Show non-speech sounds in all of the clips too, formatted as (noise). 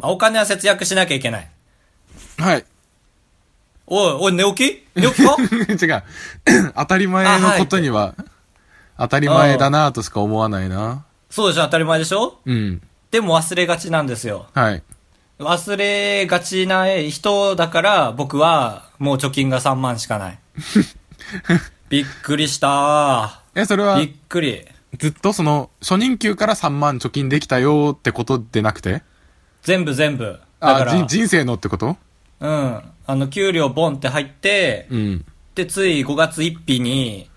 あお金は節約しなきゃいけない。はい。おい、おい、寝起き寝起きか (laughs) 違う。 (coughs) 当たり前のことには、当たり前だなとしか思わないな。そうでしょ当たり前でしょうん。でも忘れがちなんですよ。はい。忘れがちな人だから、僕はもう貯金が3万しか (laughs) ない。びっくりしたえ、それはび、っくり。ずっとその、初任給から3万貯金できたよってことでなくて全部全部。だかあ、ら、じ人生のってことうん。あの、給料ボンって入って、うん。で、つい5月1日に、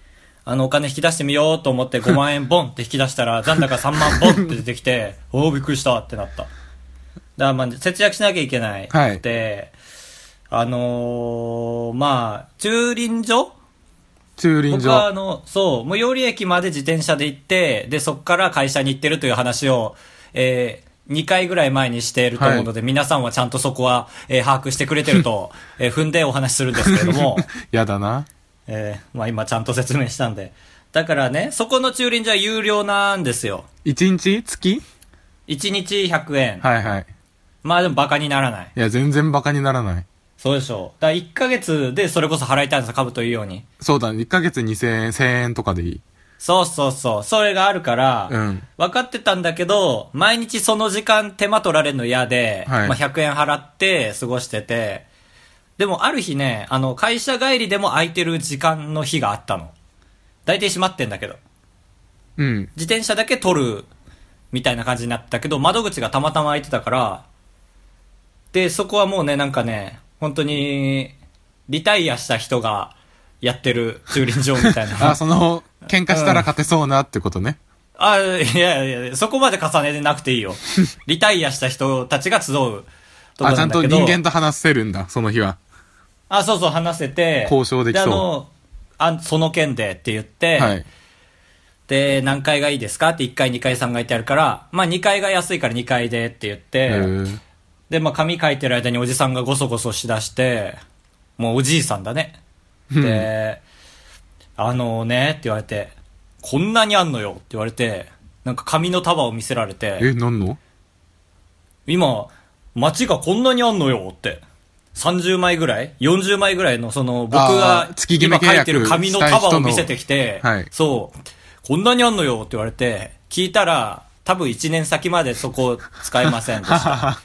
あの、お金引き出してみようと思って5万円ボンって引き出したら、残高3万ボンって出てきて、 (laughs) おお、びっくりしたってなった。だからまあ、節約しなきゃいけない。はいで、あのーまあ、駐輪場駐輪僕はあ場。の、そう、最寄り駅まで自転車で行って、で、そこから会社に行ってるという話を、えー、2回ぐらい前にしていると思うので、皆さんはちゃんとそこは、えー把握してくれてると、えー踏んでお話しするんですけれども、 (laughs) やだな。えーまあ今ちゃんと説明したんで。だからね、そこの駐輪場は有料なんですよ。 1日月1日100円。はいはい。まあでもバカにならない。いや、全然バカにならない。そうでしょう。だから1ヶ月でそれこそ払いたいんですよ、株というように。そうだね。1ヶ月2000円、1000円とかでいい。そうそうそう。それがあるから、うん分かってたんだけど、毎日その時間手間取られるの嫌で、はいまあ、100円払って過ごしてて、でもある日ね、あの、会社帰りでも空いてる時間の日があったの。大体閉まってんだけど。うん。自転車だけ取る、みたいな感じになったけど、窓口がたまたま開いてたから、で、そこはもうね、なんかね、本当に、リタイアした人がやってる駐輪場みたいな。 (laughs) あ、その、喧嘩したら勝てそうなってことね。あ、いやいやいや、そこまで重ねてなくていいよ。リタイアした人たちが集うところあ、ちなゃんんだとけ人ど。間と話せるんだ、その日は。あ、そうそう、話せて。交渉できそうあの、あその件でって言って、はい。で、何階がいいですかって1階、2階、3階ってあるから、まあ2階が安いから2階でって言って、へーで、まあ紙書いてる間におじさんがごそごそしだして、もうおじいさんだね。で、あのね、って言われて、こんなにあんのよって言われて、なんか紙の束を見せられて、え、なんの今、街がこんなにあんのよって。30枚ぐらい ?40 枚ぐらいの、その、僕があー月、決め今契約書いてる紙のしたい人束をの見せてきて、はいそう、こんなにあんのよって言われて、聞いたら、多分1年先までそこ使えませんで (laughs) した。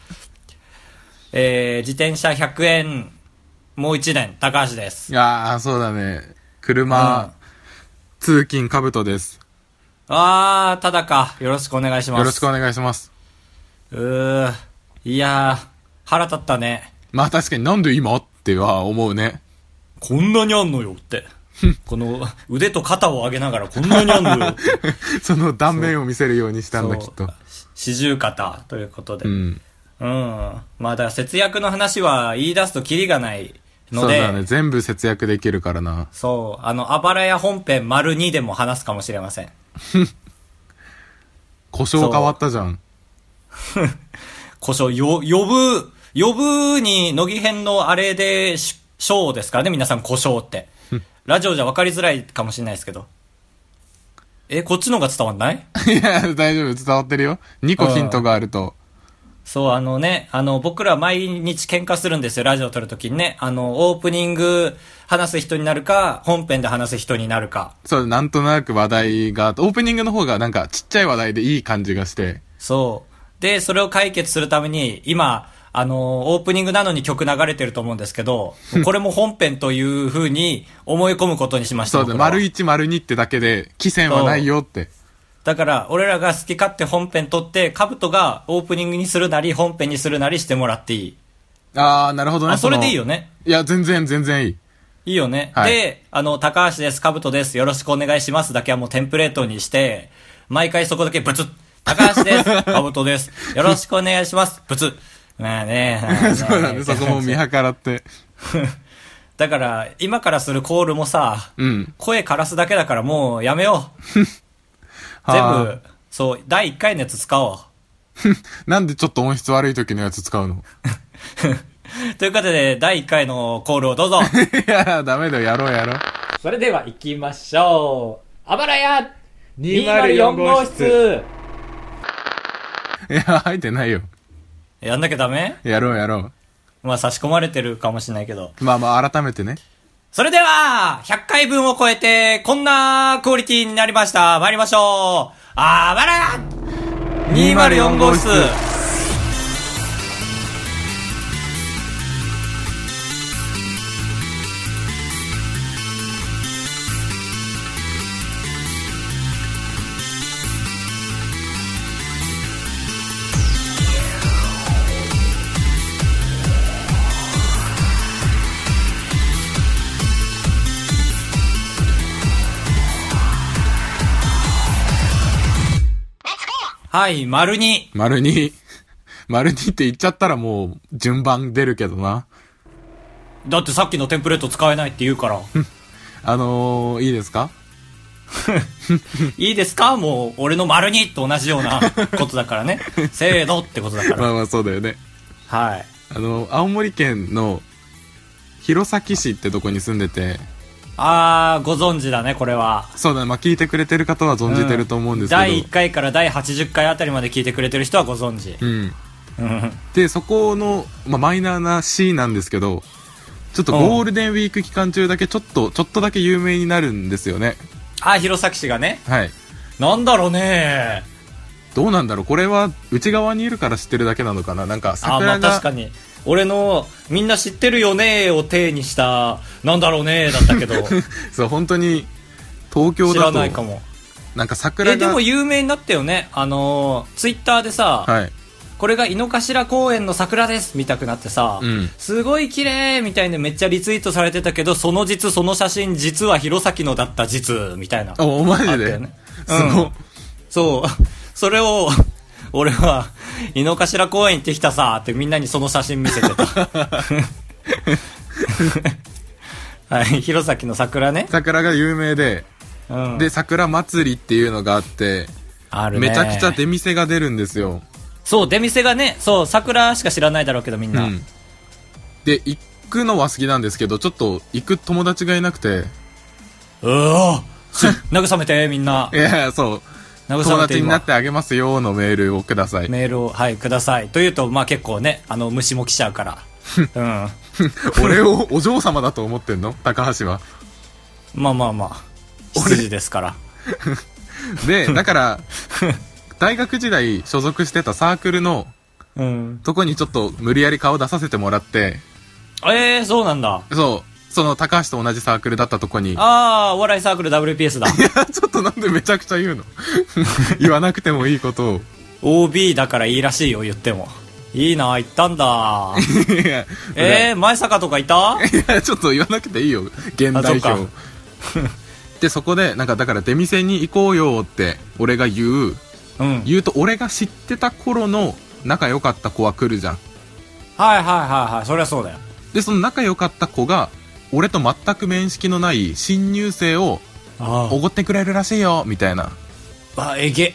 えー、自転車100円、もう1年、高橋です。いやー、そうだね。車、うん通勤、かぶとです。あー、ただか、よろしくお願いします。よろしくお願いします。うー、いやー、腹立ったね。まあ確かになんで今っては思うね。 (laughs) こんなにあんのよって。この腕と肩を上げながらこんなにあんのよって。 (laughs) その断面を見せるようにしたんだ、きそうっと。し四十肩ということで。ううん。ん。まあだから節約の話は言い出すとキリがないそのうで、だそう,、ね。全部節約できるからな。あの、あばらや本編丸2でも話すかもしれません。故障変わったじゃん。故障、よ、呼ぶ、呼ぶに、乃木編のあれでし、章ですからね、皆さん故障って。ラジオじゃ分かりづらいかもしれないですけど。え、こっちの方が伝わんないいや、大丈夫。伝わってるよ。2個ヒントがあると。そう、あのね、あの、僕ら毎日喧嘩するんですよ、ラジオ撮るときにね。あの、オープニング話す人になるか、本編で話す人になるか。そう、なんとなく話題が、オープニングの方がなんかちっちゃい話題でいい感じがして。そう。で、それを解決するために、今、あの、オープニングなのに曲流れてると思うんですけ (laughs) ど、これも本編という風に思い込むことにしました。そうだ、僕らは丸1、丸2ってだけで、期限はないよって。だから、俺らが好き勝手本編撮って、カブトがオープニングにするなり、本編にするなりしてもらっていい。あー、なるほどね。あ、それのでいいよ。ね。いや、全然、全然いい。いいよね。はいで、あの、高橋です、かぶとです、よろしくお願いしますだけはもうテンプレートにして、毎回そこだけブツッ。高橋です、 (laughs) かぶとです、よろしくお願いします、ブツッ。まあね。 (laughs) そうだね。そこも見計らって。だから、今からするコールもさ、うん。声枯らすだけだからもうやめよう。全はー部、そう、第1回のやつ使おう。 (laughs) (laughs) なんでちょっと音質悪い時のやつ使うの (laughs) ということで、第1回のコールをどうぞ。いや、ダメだよ、やろうやろう。 (laughs) (laughs) それでは行きましょう。あばらや204号室いや、入ってないよ。やんなきゃダメやろうやろまあ差し込まれてるかもしれないけど。う。まあまあ、改めてね。それでは、100回分を超えて、こんなクオリティになりました。参りましょう。あばらや !204 号室。はい、丸に。丸に、 (laughs) 丸にって言っちゃったらもう、順番出るけどな。だってさっきのテンプレート使えないって言う (laughs) から。あのー、いいですかいいですかもう、俺の丸にと同じようなことだ (laughs) からね。せーのってことだかまら。あまあ、そうだよね。はい。あの、青森県の、弘前市ってとこに住んでて、あー、ご存知だね、これは。そうだね、まあ聞いてくれてる方は存じてると思うんですけど、第1回から第80回あたりまで聞いてくれてる人はご存知。うん。うん。で、そこの、まあ、マイナーな市なんですけど、ちょっとゴールデンウィーク期間中だけ、ちょっと、ちょっとだけ有名になるんですよね。あー、弘前市がね。はい。なんだろうねどうなんだろうこれは内側にいるから知ってるだけなのかななんかあー、ま桜あ確かが、に。俺の、みんな知ってるよねを体にした、なんだろうねだったけど、 (laughs) そう、本当に、東京知だらとない、かも。なんかえ、桜でがも、有名になったよね。あのー、ツイッターでさ、はい。これが井の頭公園の桜ですみたくなってさ、うんすごい綺麗みたいなめっちゃリツイートされてたけど、その実、その写真、実は弘前のだった実、みたいな。お、おあ前ったで、よねその、そう。 (laughs) それを、俺は、井の頭公園行ってきたさ、ってみんなにその写真見せてた。 (laughs) はい、弘前の桜ね。桜が有名で、うん。で、桜祭りっていうのがあって、あるね。めちゃくちゃ出店が出るんですよ。そう、出店がね、そう、桜しか知らないだろうけどみんうな。ん。で、行くのは好きなんですけど、ちょっと行く友達がいなくて、うおー (laughs) す慰めて、みん (laughs) な。いやいや、そう、慰めて友達にな今ってあげますよのメールをください。メールを、はい、ください。というと、まあ結構ね、あの、虫も来ちゃう (laughs) から。俺をお嬢様だと思ってんの (laughs) 高橋は。うん。まあまあまあ。羊ですから。で、だから、大学時代所属してたサークルのうん。とこにちょっと無理やり顔出させてもらって、ええー、そうなんだ。そう、その高橋と同じサークルだったとこに、ああ、お笑いサークル WPS (laughs) だ。ちょっとなんでめちゃくちゃ言うの (laughs) 言わなくてもいいことを。 (laughs) OB だからいいらしいよ、言っても。いいな、行ったん (laughs) だ。いや、ええー、前坂とかい (laughs) たいやちょっと言わなくていいよ、現代あそっ表か。 (laughs) で、そこで、なんかだから出店に行こうよって、俺が言う。うん。はい言うと、俺が知ってた頃の仲良かった子は来るじゃん。はいはいはい、そりゃそうだよ。で、その仲良かった子が、俺と全く面識のない新入生をあおごってくれるらしいよ、みたいな。あ、えげ。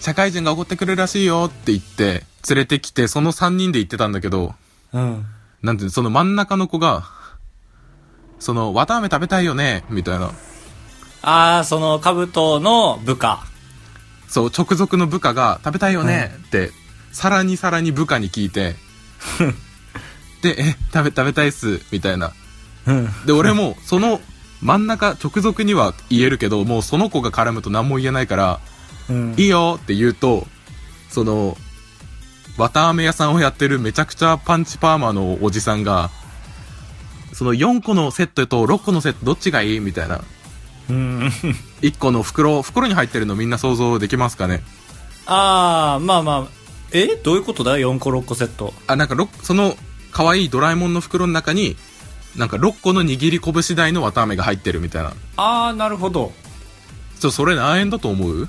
社会人がおごってくれるらしいよって言って、連れてきて、その3人で行ってたんだけど、うん。なんていうのその真ん中の子が、その、綿飴食べたいよね、みたいな。ああ、その、兜の部下。そう、直属の部下が、食べたいよね、って、さらにさらに部下に聞いて、で、え、食べ、食べたいっす、みたいな。うん。で、俺も、その、真ん中、直属には言えるけど、もうその子が絡むと何も言えないから、うんいいよって言うと、その、綿飴屋さんをやってるめちゃくちゃパンチパーマのおじさんが、その4個のセットと6個のセットどっちがいいみたいな。うん。 (laughs) 1個の袋、袋に入ってるのみんな想像できますかねああ、まあまあ。えどういうことだ ?4 個6個セット。あ、なんかろその可愛いドラえもんの袋の中に、なんか6個の握り拳大の綿飴が入ってるみたいな。ああ、なるほど。ちょ、それ何円だと思う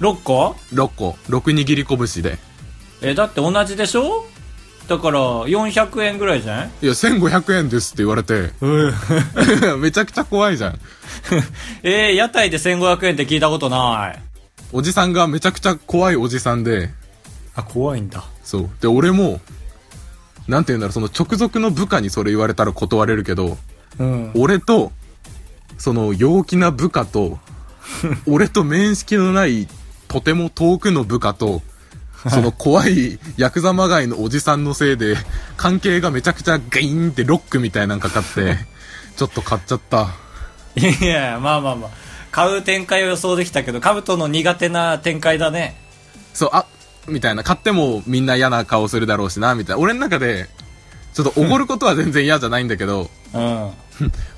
6個 ?6 個。6握り拳で。え、だって同じでしょだから、400円ぐらいじゃないいや、1500円ですって言われて、 (laughs) うん。めちゃくちゃ怖いじゃん。えー、屋台で1500円って聞いたことない。おじさんがめちゃくちゃ怖いおじさんで、あ、怖いんだ。そう。で、俺も、なんて言うんだろう、その直属の部下にそれ言われたら断れるけど、うん。俺と、その陽気な部下と、俺と面識のない、とても遠くの部下と、その怖いヤクザまがいのおじさんのせいで、関係がめちゃくちゃガインってロックみたいなんかかって、ちょっと買っちゃった。いやいや、まあまあまあ。買う展開を予想できたけど、カブトの苦手な展開だね。そう、あみたいな、買ってもみんな嫌な顔するだろうしな、みたいな。俺の中で、ちょっとおごることは全然嫌じゃないんだけど、 (laughs) うん。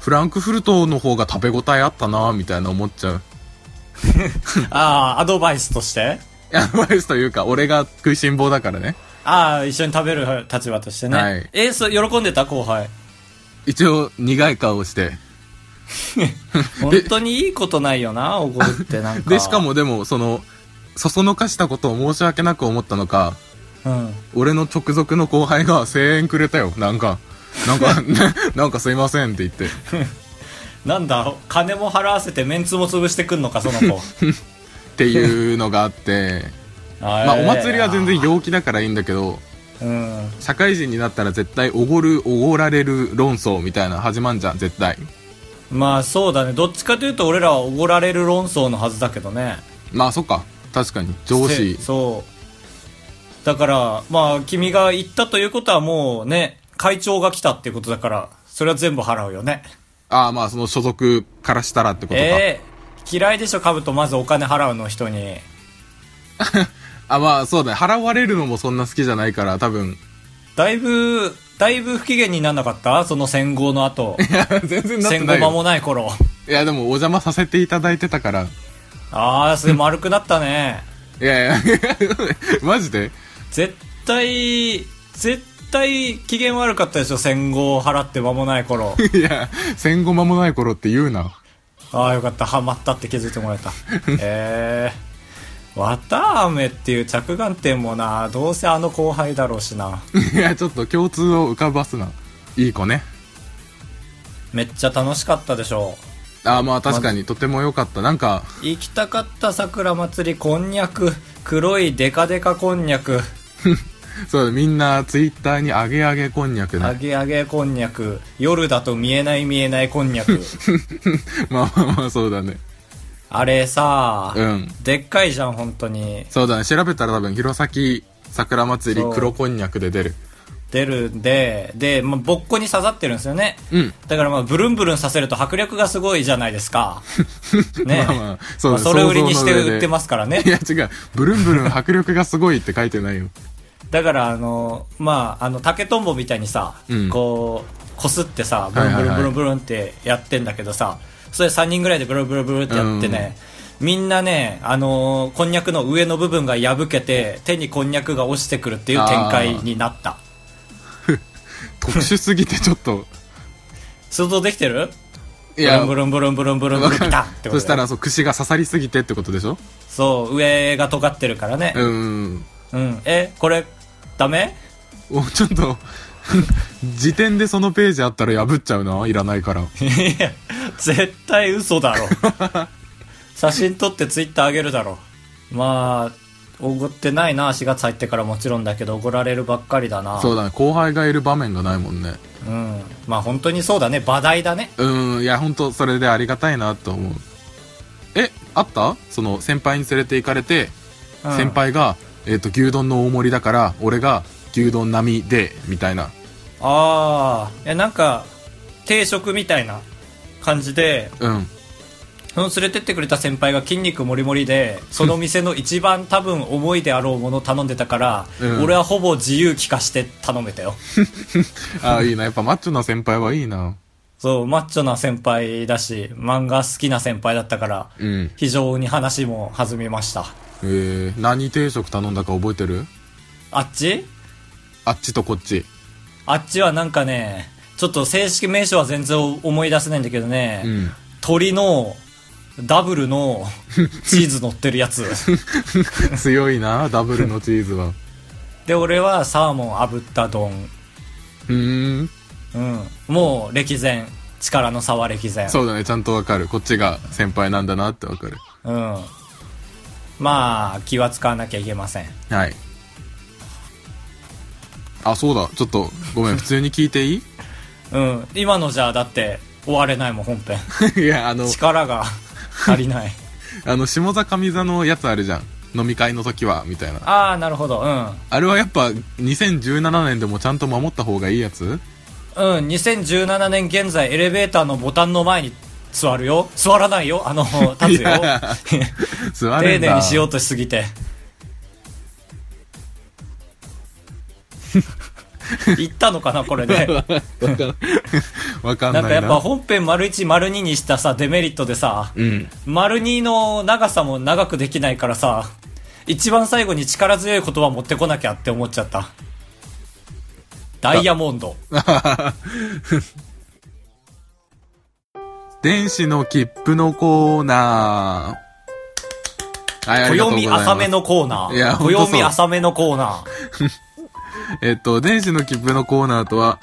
フランクフルトの方が食べ応えあったな、みたいな思っちゃう。ああ、アドバイスとしてアドバイスというか、俺が食いしん坊だからね。ああ、一緒に食べる立場としてね。はいえーそう、喜んでた後輩。一応、苦い顔して。本当にいいことないよな、おごるってなんか。 (laughs) で、しか。もでも、その、そそのかしたことを申し訳なく思ったのか、うん。俺の直属の後輩が1000円くれたよ。なんか、な (laughs) んか、ねなんかすいませんって言って。なんだ、金も払わせてメンツも潰してくんのか、その (laughs) 子。っていうのが (laughs) あって、ままあお祭りは全然陽気だからいいんだけど、うん。社会人になったら絶対おごる、おごられる論争みたいな始まんじゃん、絶対。まあそうだね。どっちかというと俺らはおごられる論争のはずだけどね。まあそっか。確かに。上司せ。そう。だから、まあ君が言ったということはもうね、会長が来たっていうことだから、それは全部払うよね。ああ、まあその所属からしたらってことか。ええ嫌いでしょ、カブト。まずお金払うの人に。あ、まあそうだね。払われるのもそんな好きじゃないから、多分。だいぶ、だいぶ不機嫌になんなかったその戦後の後。いや、全然 (laughs) なって戦な後い間よ。もない頃。いや、でもお邪魔させていただいてたから。ああ、すごい丸くなったね。 (laughs) いやいや、 (laughs) マジで絶対、絶対機嫌悪かったでしょ、戦後払って間もない頃。いや、戦後間もない頃って言うな。ああ、よかった。ハマったって気づいてもらえ (laughs) た。えー。綿飴っていう着眼点もな、どうせあの後輩だろうしな。いや、ちょっと共通を浮かばすな。いい子ね。めっちゃ楽しかったでしょああ、まあ確かに、とても良かった。なんか、う。行きたかった桜祭り、こんにゃく、黒いデカデカこんにゃく、そうだ、みんなツイッターにあげあげこんにゃく揚 (laughs) ね。げ揚げこんにゃく、夜だと見えない見えないこんにゃ (laughs) く。まあまあまあ、そうだね。あれさ、うん。でっかいじゃん、本当に。そうだね、調べたら多分、弘前桜祭そりう黒こんにゃくで出る。出るんで、で、まあ、ぼっこに刺さってるんですよね。うん。だからまあ、ブルンブルンさせると迫力がすごいじゃないですか。ね。まあまあ、そうまあだ、。それを売りにして売ってますすからねい。や、違う。ブルンブルン迫力がすごいって書いてないよ。だから、あの、まあ、あの、竹とんぼみたいにさ、うんこう、こすってさ、ブはいルンブはいルンはいブルンブルンってやってんだけどさ、それ3人ぐらいでブルブルブルってやってね、みんなね、あのーこんにゃくの上の部分が破けて、手にこんにゃくが落ちてくるっていう展開になった。特殊すぎてちょっと。想像できてるいや、ブわルンブルンブルンブルンブルンブルンピかるタッってことだよそしたら、そう、串が刺さりすぎてってことでしょそう、上が尖ってるからね。うん。うん。え、これ、ダメおちょっと (laughs) 時点でそのページあったら破っちゃうないらないからいや、絶対嘘 (laughs) だろ。写真撮ってツイッターあげるだろ。まあ、おごってないな、4月入ってからもちろんだけど、おごられるばっかりだな。そうだね後輩がいる場面がないもんねうん。まあ本当にそうだね、話題だね。うんいや本当それでありがたいなと思うえあったその先輩に連れて行かれて、うん先輩が、えっと牛丼の大盛りだから俺が牛丼並みでみたいなああ、いやなんか、定食みたいな感じで、うんその連れてってくれた先輩が筋肉もりもりで、その店の一番多分重いであろうものを頼んでたから、うん俺はほぼ自由気化して頼めたよ。ああいいなやっぱマッチョな先輩はいいなそう、マッチョな先輩だし、漫画好きな先輩だったから、うん非常に話も弾みました。えー、何定食頼んだか覚えてるあっちあっちとこっちあっちはなんかね、ちょっと正式名称は全然思い出せないんだけどね、うん鳥のダブルのチーズ乗ってるや (laughs) つ。 (laughs) 強いなダブルのチーズはで、俺はサーモン炙った丼。 (laughs) うーんうん。もう歴然。力の差は歴然。そうだね、ちゃんとわかる。こっちが先輩なんだなってわかる。うん。まあ、気は使わなきゃいけません。はい。あ、そうだ。ちょっと、ご (laughs) めん、普通に聞いていいうん。今のじゃあ、だって、終われないもん、本編。いや、あの、 (laughs) 力が足りない。あの、下座上座のやつあるじゃん。飲み会の時は、みたいな。ああ、なるほど。うん。あれはやっぱ2017年でもちゃんと守った方がいいやつうん、2017年現在エレベーターのボタンの前に座るよ座らないよあの立つよい (laughs) や座る丁んだ寧に (laughs) しようとしすぎ (laughs) て言ったのかなこれでわかんなないんな。かやっぱ本編丸1丸2にしたさデメリットでさうん。丸2の長さも長くできないからさ一番最後に力強い言葉持ってこなきゃって思っちゃったダイヤモンド (laughs) 電子の切符のコーナー。はい、ありがとうござい暦ます。浅めのコーナー。いやほんとそう暦浅めのコーナー。えっと、電子の切符のコーナーとは、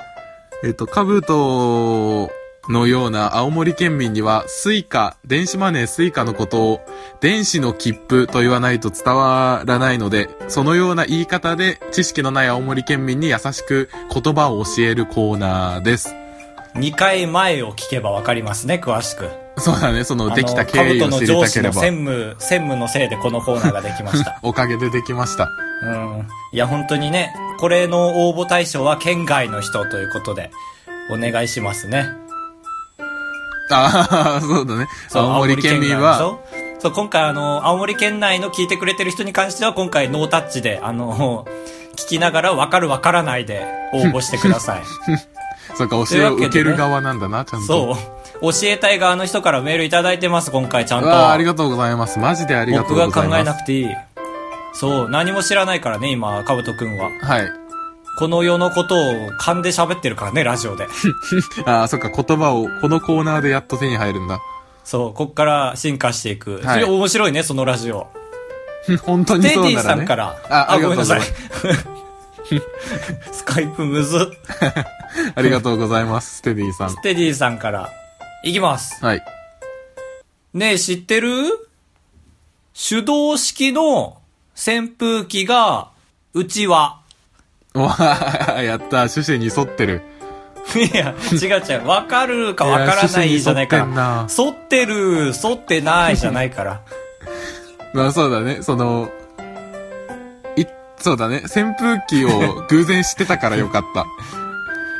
えっと、兜のような青森県民には、スイカ、電子マネースイカのことを、電子の切符と言わないと伝わらないので、そのような言い方で、知識のない青森県民に優しく言葉を教えるコーナーです。 2回前を聞けばわかりますね、詳しく。そうだね、その、できた経緯カをの知り上た司けれのば。専務、専務のせいでこのコーナーができま (laughs) した。おかげでできました。うん。いや、本当にね、これの応募対象は県外の人ということで、お願いしますね。ああ、そうだね。そう青森県民は、青森県内でしょそう、今回あの、青森県内の聞いてくれてる人に関しては、今回ノータッチで、あの、聞きながらわかるわからないで応募してくだ (laughs) さい。そうか、教えを受ける側なんだな、ちゃんと。そう。教えたい側の人からメールいただいてます、今回ちゃんと。わあありがとうございます。マジでありがとう僕ござがいます。考えなくていい。そう、何も知らないからね、今、かぶとくんは。はい。この世のことを勘で喋ってるからね、ラジオ (laughs) で。ああ、そっか、言葉を、このコーナーでやっと手に入るんだ。 (laughs) そう、こっから進化していく。はいそれ面白いね、そのラジオ。本当にテイテそうィなさらね。んから。あ、ありごがめとんなうごさざいいます。。 (laughs) スカイプむず。ありがとうございます、ステディさんス。テディさんから。いきます。はい。ねえ、知ってる手動式の扇風機が、うちは。わあ、やった、趣旨に沿ってる。いや、違う違う。わかるかわからないじゃないから。ら。反ってる、反ってないじゃないから。まあそうだね、その、い、そうだね、扇風機を偶然知ってたからよか (laughs) った。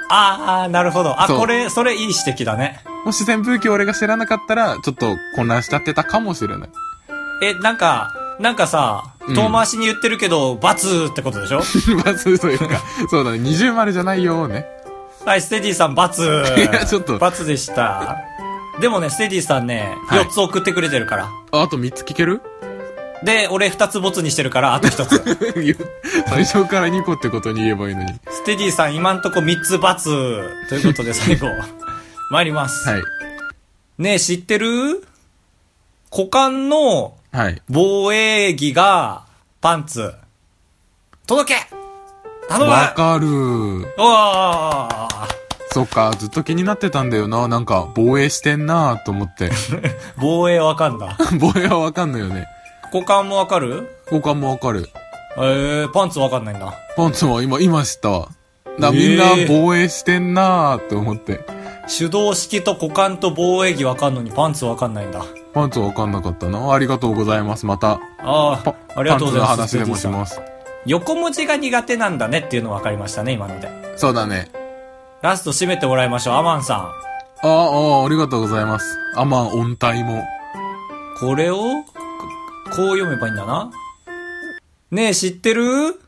ああ、なるほど。あ、そうこれ、それいい指摘だね。もし扇風機を俺が知らなかったら、ちょっと混乱しちゃってたかもしれない。 (laughs) え、なんか、なんかさ、うん遠回しに言ってるけど、バツってことでし (laughs) ょまあそういうか、そうだね、二重丸じゃないよーね。はい、ステディさん、バツいやちょっとバツでした。でもね、ステディさんね、はい4つ送ってくれてるから。ああと3つ聞けるで、俺2つボツにしてるから、あと1つ。 (laughs) 最初から2個ってことに言えばいいのに。ステディさん、今んとこ3つバツということで、最後、参ります。はい。ねえ、知ってる股間のはい。防衛着がパンツ。届け頼むわかる。おーそっか、ずっと気になってたんだよな。なんか、防衛してんなと思 (laughs) って。防衛わかんだ。防衛はわかんのよね。股間もわかる交換もわかる。えー、パンツわかんないんだ。パンツは今、今知ったわ。だ、えーみんな防衛してんなと思って。手動式と股間と防衛着わかんのにパンツわかんないんだ。パンツはわかんなかったな。ありがとうございます。また、あパあ、ありがとうございます。。パンツの話でもしますす。横文字が苦手なんだねっていうのわかりましたね、今ので。そうだね。ラスト締めてもらいましょう、アマンさん。ああ、ああ、ありがとうございます。アマン音体も。 (laughs) これを、ここう読めばいいんだな。ねえ、知ってる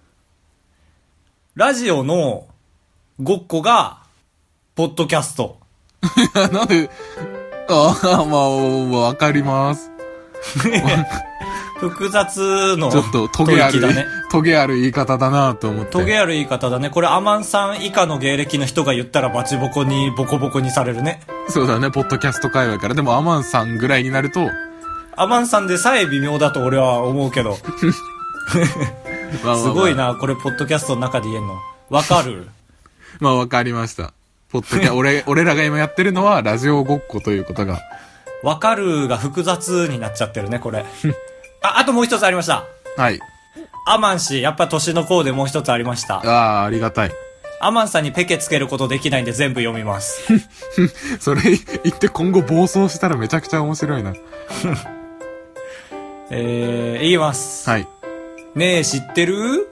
ラジオのごっこが、ポッドキャスト。あなんで、ああ、まあ、わかります。複雑の、ちょっと、トゲあ吐る、息だね。トゲある言い方だなと思って。トゲある言い方だね。これ、アマンさん以下の芸歴の人が言ったらバチボコに、ボコボコにされるね。そうだね、ポッドキャスト界隈から。でも、アマンさんぐらいになると、アマンさんでさえ微妙だと俺は思うけど。まあまあますあごい。な、これ、ポッドキャストの中で言えんの。わかるまあ、わかりました。ポッド (laughs) キャ、俺、俺らが今やってるのは、ラジオごっこということが。わかるが複雑になっちゃってるね、こ (laughs) れ。あ、あともう一つありました。はい。アマン氏、やっぱ年の功でもう一つありました。ああ、ありがたい。アマンさんにペケつけることできないんで全部読みます。それ言って今後暴走したらめちゃくちゃ面白いな。えー、言います。はい。ねえ、知ってる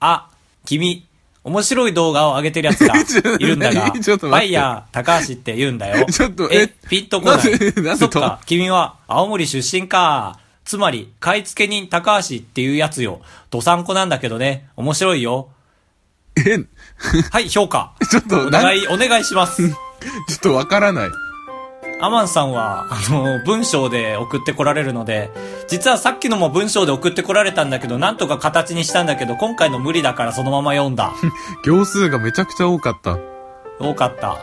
あ、君、面白い動画を上げてるやつが (laughs) ちょっと待っているんだが、フちょっと待ってァイヤー高橋って言うんだよ。 (laughs) ちょっとええ、ピンとこななんでなんでい。そっとか、君は青森出身か。つまり、買い付け人高橋っていうやつよ。どさんこなんだけどね、面白いよ。え、ちょはい、評価。 (laughs) ちょっとお願い、お願いし (laughs) ます。っとわからない。アマンさんは、あの、文章で送ってこられるので、実はさっきのも文章で送ってこられたんだけど、なんとか形にしたんだけど、今回の無理だからそのまま読 (laughs) んだ。行数がめちゃくちゃ多かった。多かった。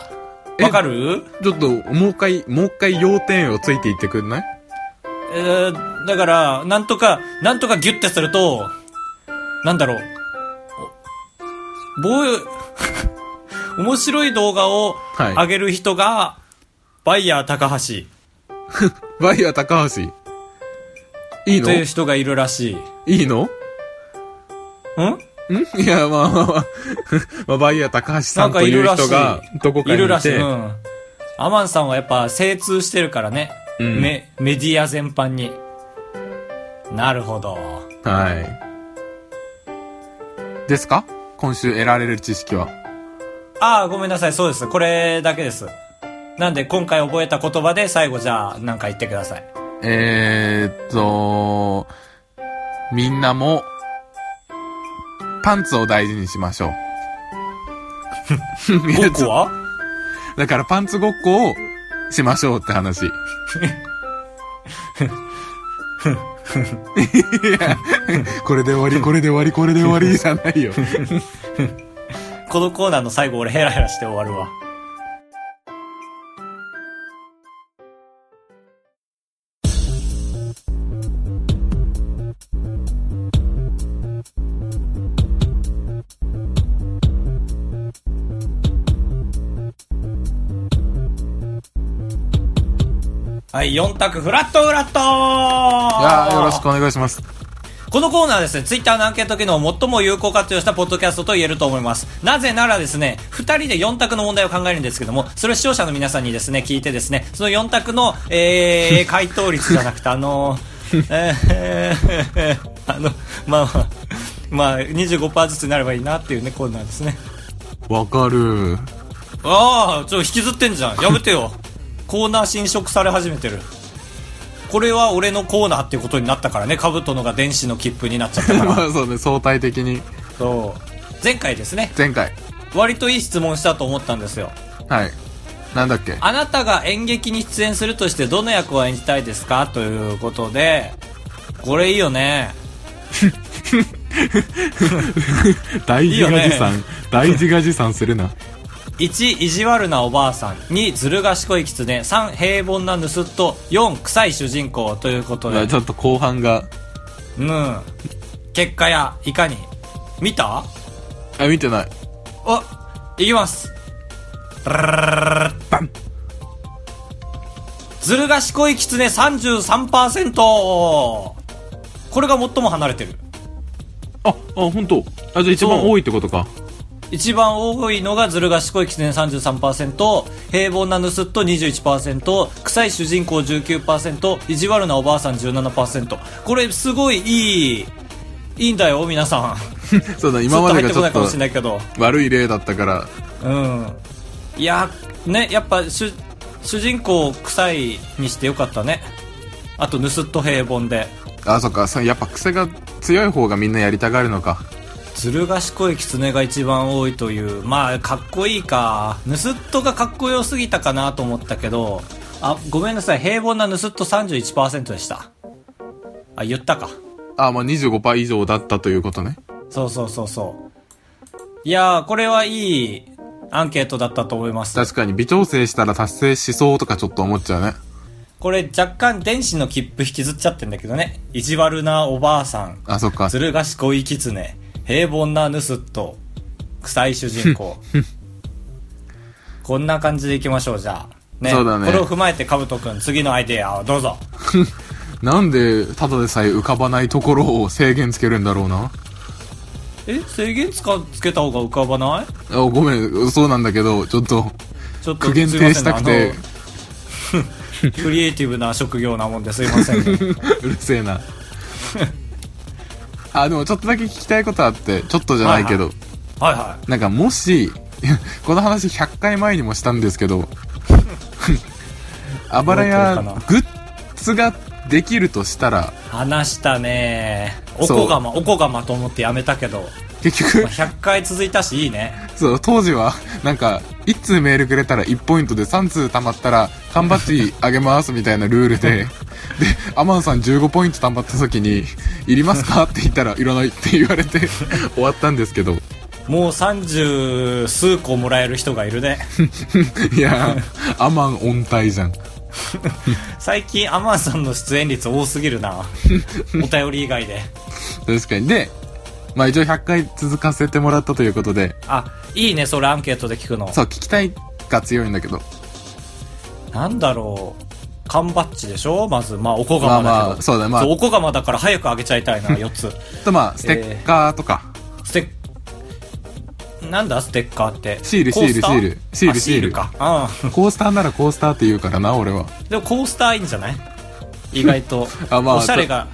えわかるちょっと、もう一回、もう一回要点をついていってくんないえー、だから、なんとか、なんとかギュッてすると、なんだろう。おぼう、面白い動画をはい上げる人が、バイヤー高橋バイヤー高橋。いいとのいうい人がいるらしい。いのんんいや、まあまあま (laughs) あ、まあ、バイヤー高橋さなんんとかいいるうらしい人が、どこかいにいるらしい。てう、ん。アマンさんはやっぱ精通してるからね。うんメメディア全般に。なるほど。はい。ですか今週得られる知識は。ああ、ごめんなさい。そうです。これだけです。なんで今回覚えた言葉で最後じゃあなんか言ってください。えー、っと、みんなも、パンツを大事にしましょ (laughs) う。いや僕はだからパンツごっこをしましょうって (laughs) 話。いやこれで終わり、これで終わり、これで終わりじゃない (laughs) よ。このコーナーの最後俺ヘラヘラして終わるわ。はい、4択フラットフラットいやーよろしくお願いします。このコーナーはですね、ツイッターのアンケート機能を最も有効活用したポッドキャストと言えると思います。なぜならですね、二人で4択の問題を考えるんですけども、それを視聴者の皆さんにですね、聞いてですね、その4択の、 (laughs) えー、回答率じゃなくて、あのー、えー、 (laughs) あの、まあまあ、まあ、25%ずつになればいいなっていうね、コーナーですね。わかる。ああ、ちょ、引きずってんじゃん。やめてよ。 (laughs) コーナー侵食され始めてる。これは俺のコーナーっていうことになったからね、カブトのが電子の切符になっちゃったから。まあ (laughs) そうね、相対的に。そう前回ですね前回。割といい質問したと思ったんですよはい。なんだっけあなたが演劇に出演するとしてどの役を演じたいですかということでこれいいよね (laughs) 大事が持参いいよ大事が持参するな。 1意地悪なおばあさん2ずる賢い狐3平凡な盗っ人4臭い主人公ということでちょっと後半が。うん結果やいかに見たあ、見てない。あいきますずる賢い狐33%これが最も離れてるあ、あ、本当。あ、じゃあ一そう番多いってことか。一番多いのがずる賢い狐33%平凡な盗っ人21%臭い主人公19%意地悪なおばあさん17%これすごいいいいいんだよ皆さん (laughs) そうだ、今までがずちと入ってこょなっいかともしれないけど悪い例だったから。うんいやねやっぱ主主人公を臭いにしてよかったねあと盗っ人平凡であ、そっか。そうやっぱ癖が強い方がみんなやりたがるのか。ずる賢い狐が一番多いというまあかっこいいか盗っ人がかっこよすぎたかなと思ったけどあごめんなさい平凡な盗っ人31%でしたあ言ったかあ、まあ25%以上だったということね。そうそうそうそういやーこれはいいアンケートだったと思います確かに微調整したら達成しそうとかちょっと思っちゃうね。これ若干電子の切符引きずっちゃってんだけどね意地悪なおばあさんあ、そっか。ずる賢い狐平凡な盗っ人臭い主人 (laughs) 公こんな感じでいきましょうじゃあねそうだねこれを踏まえてかぶとくん次のアイデアをどうぞなんで、ただでさえ浮かばないところを制限つけるんだろうな。え制限つかつけた方が浮かばないあごめん、そうなんだけど、ちょっと、ちょっと苦言すいま呈せしんたくてあの、 (laughs) クリエイティブな職業なもんですいませんね。うるせえな (laughs) あでもちょっとだけ聞きたいことあってちょっとじゃないけど、はいはなんかもし (laughs) この話100回前にもしたんですけど (laughs) あばらやどうだったグッズができるとしたらい。話したねおそうこがま、おこがまと思ってやめたけど、結ま局あ100回続いたしいいね。そう当時はなんか1通メールくれたら1ポイントで3通貯まったら缶バッジあげますみたいなル (laughs) ールででアマンさん15ポイント貯まった時に「いりますか?」って言ったら「いらない」って言われて終わったんですけどもう30数個もらえる人がいる (laughs) ね。いやーアマン音体じゃん最近アマンさんの出演率多すぎるなお便り以外で確かにでまあ一応100回続かせてもらったということであいいねそれアンケートで聞くのそう聞きたいが強いんだけどなんだろう缶バッジでしょまずまあおこがまだけど、まあまあそうだねまあおこがまだから早くあげちゃいたいな4つあとまあステッカーとか、ステッなんだステッカーってシールコスタシールシールシールあシールかコースターならコースターって言うからな俺はうんでもコースターいいんじゃない意外と (laughs) あまあおしゃれが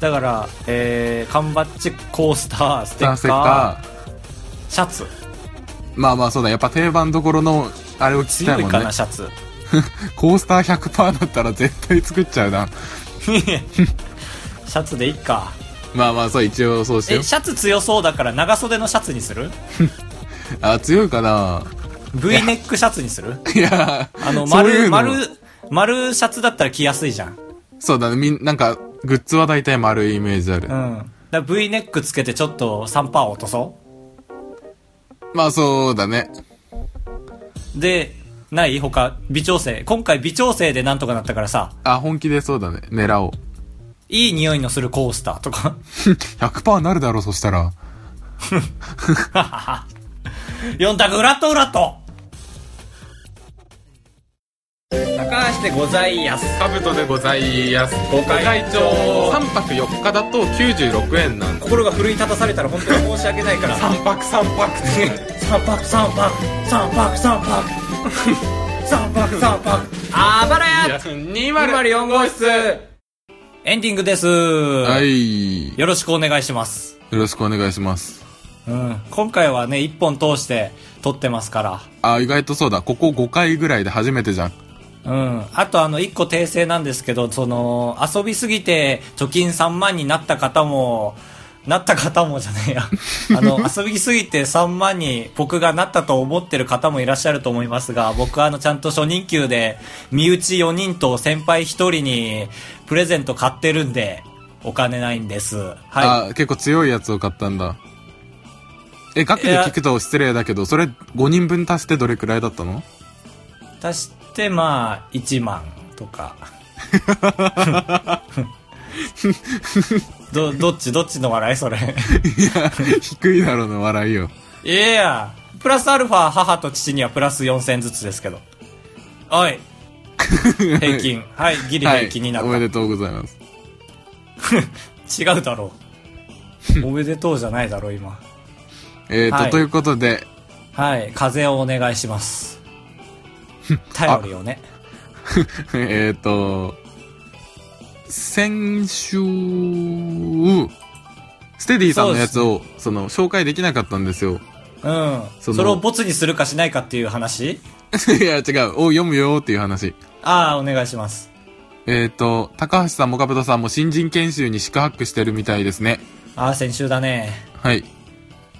だから、えー、缶バッジコースターステッステッカカーーシャツまあままあそうだやっぱ定番どころのあれを聞きた強いいもんかねな、シャツコースター100%だったら絶対作っちゃうな。 (laughs) シャツでいっかまあまあそう、一応そうしよえう。シャツ強そうだから長袖のシャツにするあ、強いかな V ネックシャツにするいやあの (laughs) そういう丸の丸丸シャツだったら着やすいじゃんそうだね、みん、なんか、グッズは大体丸いイメージある。うんだから V ネックつけてちょっと3パー落とそまあそうだね。うでない他微調整今回微調整でなんとかなったからさあ、本気でそうだね。狙おう。いい匂いのするコースターとか (laughs) 100%なるだろう、そしたら。 4択裏と裏と高橋でございやすカブトでございやす。ご会長3泊4日だと96円なんだ。心が奮い立たされたら本当に申し訳ないから3泊3泊三泊三泊三泊三 (laughs) 泊三泊三泊あばらや204号室エンディングです、はい。よよろしくお願いします、ろしくお願いします。うん、今回はね一本通して撮ってますかあ、意外とそうだ。ここ5回ぐらいで初めてじゃん。らうんあとあの一個訂正なんですけどその遊びすぎて貯金3万になった方もなった方もじゃねえやあの遊びすぎて3万に僕がなったと思ってる方もいらっしゃると思いますが僕はあのちゃんと初任給で身内4人と先輩1人にプレゼント買ってるんでお金ないんですはいあ、結構強いやつを買ったんだ。え、額で聞くと失礼だけど、それ5人分足してどれくらいだったの足してまあ1万とか (laughs) どどっちどっちの笑いそれいや、低いだろうの笑いよ。いやプラスアルファ母と父にはプラス4000ずつですけどお (laughs) い平均はいギリは平い均になっ。た、おめでとうございます。違うだろうおめでとうじゃないだろう今えーと、はいということで、はい風邪をお願いします (laughs) 頼りをね (laughs) えーと、先週、ステディさんのやつを、その、紹介できなかったんですよ。 (laughs) うんそそのれをボツにするかしないかっていう話いや、違う。お、読むよっていう話。ああお願いしますえーと、高橋さんもかぶとさんも新人研修に宿泊してるみたいですね。ああ先週だねはい。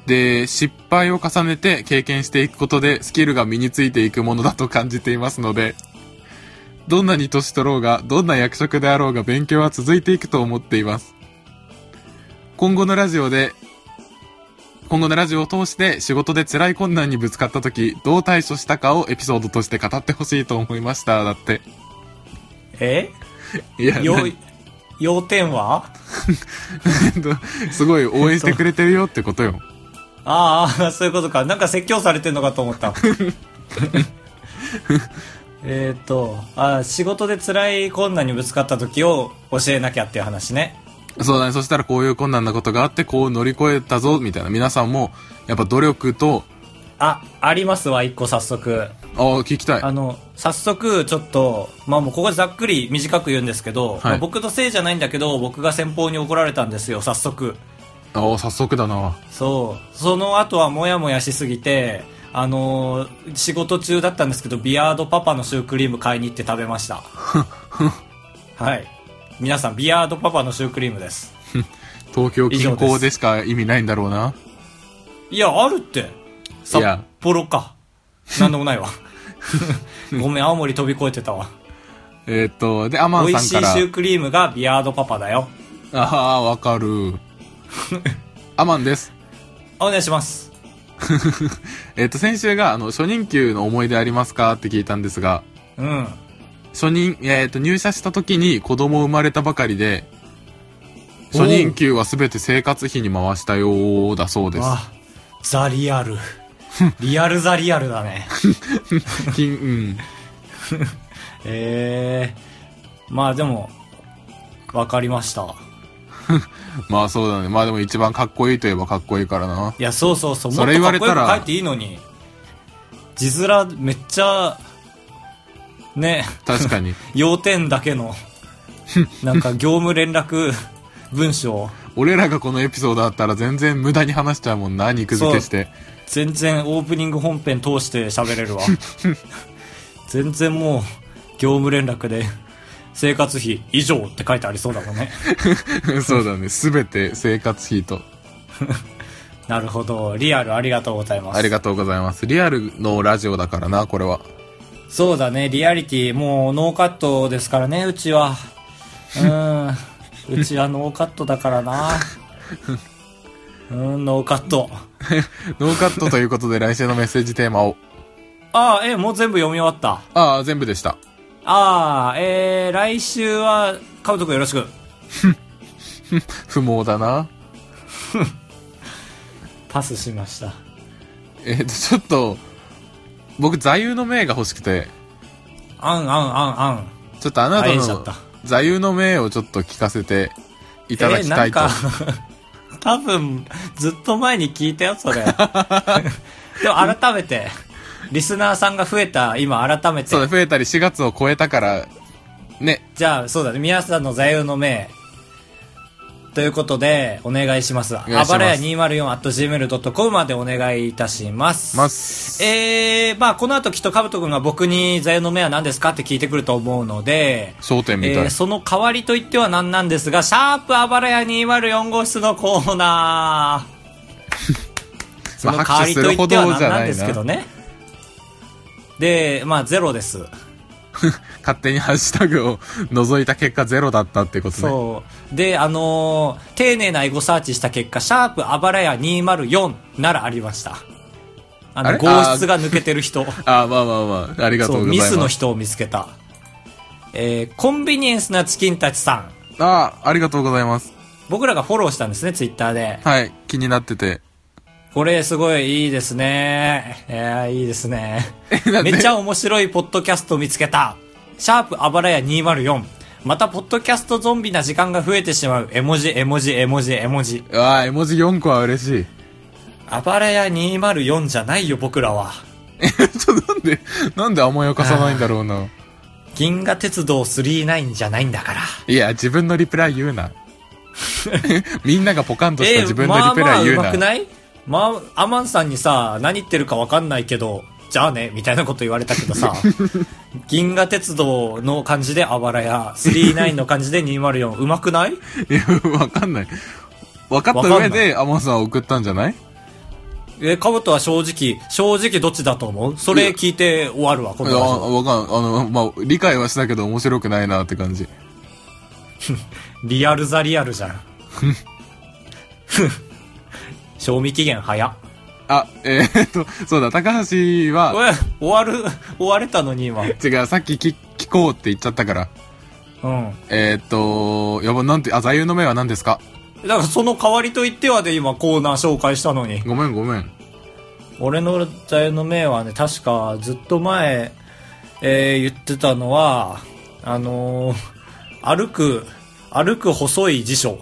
で、失敗を重ねて経験していくことでスキルが身についていくものだと感じていますので、どんなに年取ろうが、どんな役職であろうが勉強は続いていくと思っています。今後のラジオで、今後のラジオを通して仕事で辛い困難にぶつかった時、どう対処したかをエピソードとして語ってほしいと思いました。だって。 (laughs) えいや、要なん要点はすごい応援してくれてるよってことよ。あーあ (laughs) ー、そういうことか。なんか説教されてんのかと思った。えっと、あー仕事で辛い困難にぶつかった時を教えなきゃっていう話ね。そうだね。そしたらこういう困難なことがあって、こう乗り越えたぞ、みたいな。皆さんも、やっぱ努力と、あ、ありますわ、一個早速。ああ、聞きたい。ああの、早速、ちょっと、まあもうここざっくり短く言うんですけど、まあ僕のせいじゃないんだけど、僕が先方に怒られたんですよ、早速。あ、早速だな。そう。その後はもやもやしすぎて、あのー仕事中だったんですけど、ビアードパパのシュークリーム買いに行って食べま (laughs) した。はい。皆さん、ビアードパパのシュークリームです。東京近以上で郊すでしか意味ないんだろうな。いや、あるって。札幌か。なんでもない (laughs) わ。ごめん、青森飛び越えてたわ。えっと、で、アマン美さ味んしかいらシ。ュークリームがビアードパパだよ。ああ、わかる。 (laughs) アマンです。お願いします。えっと、先週が、あの、初任給の思い出ありますかって聞いたんですが、うん。初任、えっと、入社した時に子供生まれたばかりで、初任給はすべて生活費に回したようだそうです。あ、ザリ (laughs) アル。リアルザリアルだね。金、うん。ええまあでも、わかりました。まあそうだね。まあでも一番かっこいいといえばかっこいいからな。いや、そうそうそう。もそっれと言かわっれこたよらく書いていいのに。字面めっちゃ、ね、確 (laughs) かに。要点だけ (laughs) の、なんか業務連絡文章、俺らがこのエピソードあったら全然無駄に話しちゃうもんな、肉付けして。全然オープニング本編通して喋れる (laughs) わ。全然もう、業務連絡で、生活費以上って書いてありそうだもんね。そうだね。すべて生活費と。なるほど。リアルありがとうございます。ありがとうございます。リアルのラジオだからな、これは。そうだね、リアリティ、もうノーカットですからね、うちは。 (laughs) うーん、うちはノーカットだからな。うーん、ノーカット。ノーカットということで来週のメッセージテーマを。ああ、えー、もう全部読み終わった。ああ、全部でした。ああ、えー、来週は、カブト君よろしく。不毛だな。パスしました。えっ、と、ちょっと、僕、座右の銘が欲しくて、あんあんあんあん。ちょっとあなあたえんしちゃっのた座右の銘をちょっと聞かせていただきたいと。えーなんか (laughs) 多分、ずっと前に聞いたよ、そ (laughs) れ。でも改めて、リスナーさんが増えた、今改めてそう。だ、増えたり4月を超えたから、ね、じゃあ、そうだね。皆さんの座右の銘。ということで、お願いします。あ願いしますばらや 204.gmail.com までお願いいたします。ます。えー、まあこの後きっとかぶとくんが僕に座右の銘は何ですかって聞いてくると思うので、焦点みたい。えーその代わりといっては何なんですが、シャープあばらや204号室のコーナー。そまのあ、代わ拍り手と言するほってどは何じゃなんなでいすな。けどね。で、まあゼロです。勝手にハッシュタグを除いた結果ゼロだったってことね。そう。で、あのー丁寧なエゴサーチした結果、シャープあばらや204ならありました。ああの、れ合質が抜けてる人。ああ、まあまあまあ、ありがとうそう、ございミます。スの人を見つけた。えーコンビニエンスなチキンたちさん。ああ、ありがとうございます。僕らがフォローしたんですね、ツイッターで。はい、気になってて。これすごいいいですね。えー、いいですね。なんめでっちゃ面白いポッドキャストを見つけた。シャープあばらや204。また、ポッドキャストゾンビな時間が増えてしまう。絵文字、絵文字、絵文字、絵文字。ああ、絵文字4個は嬉しい。あばらや204じゃないよ、僕らは。ちょっとなんで、なんで甘やかさないんだろうな。銀河鉄道39じゃないんだから。いや、自分のリプライ言 (laughs) うな。みんながポカンとしえたえ自分のまあリプまラあ、イう言うな。まくないまあ、アマンさんにさ、何言ってるかわかんないけど、じゃあね、みたいなこと言われたけど (laughs) さ、銀河鉄道の感じであばらや、39の感じで204、うまくないいや、わかんない。分かっわたか上んなで、アマンさんは送ったんじゃないえ、カブトは正直、正直どっちだと思うそれ聞いて終わるわ、こいのや、話。わかん、あの、まあ、理解はしたけど面白くないなって感じ。リアルザリアルじゃ (laughs) ん。賞味期限早っ。あ、えー、っと、そうだ、高橋 (laughs) は、え終わる、終われたのに今。違う、さっき聞聞こうって言っちゃったから。うん。えー、っと、やば、なんて、あ、座右の銘は何ですかだからその代わりと言ってはで今コーナー紹介したのに。ごめんごめん。俺の座右の銘はね、確かずっと前、えー言ってたのは、あのー歩く、歩く細い辞書。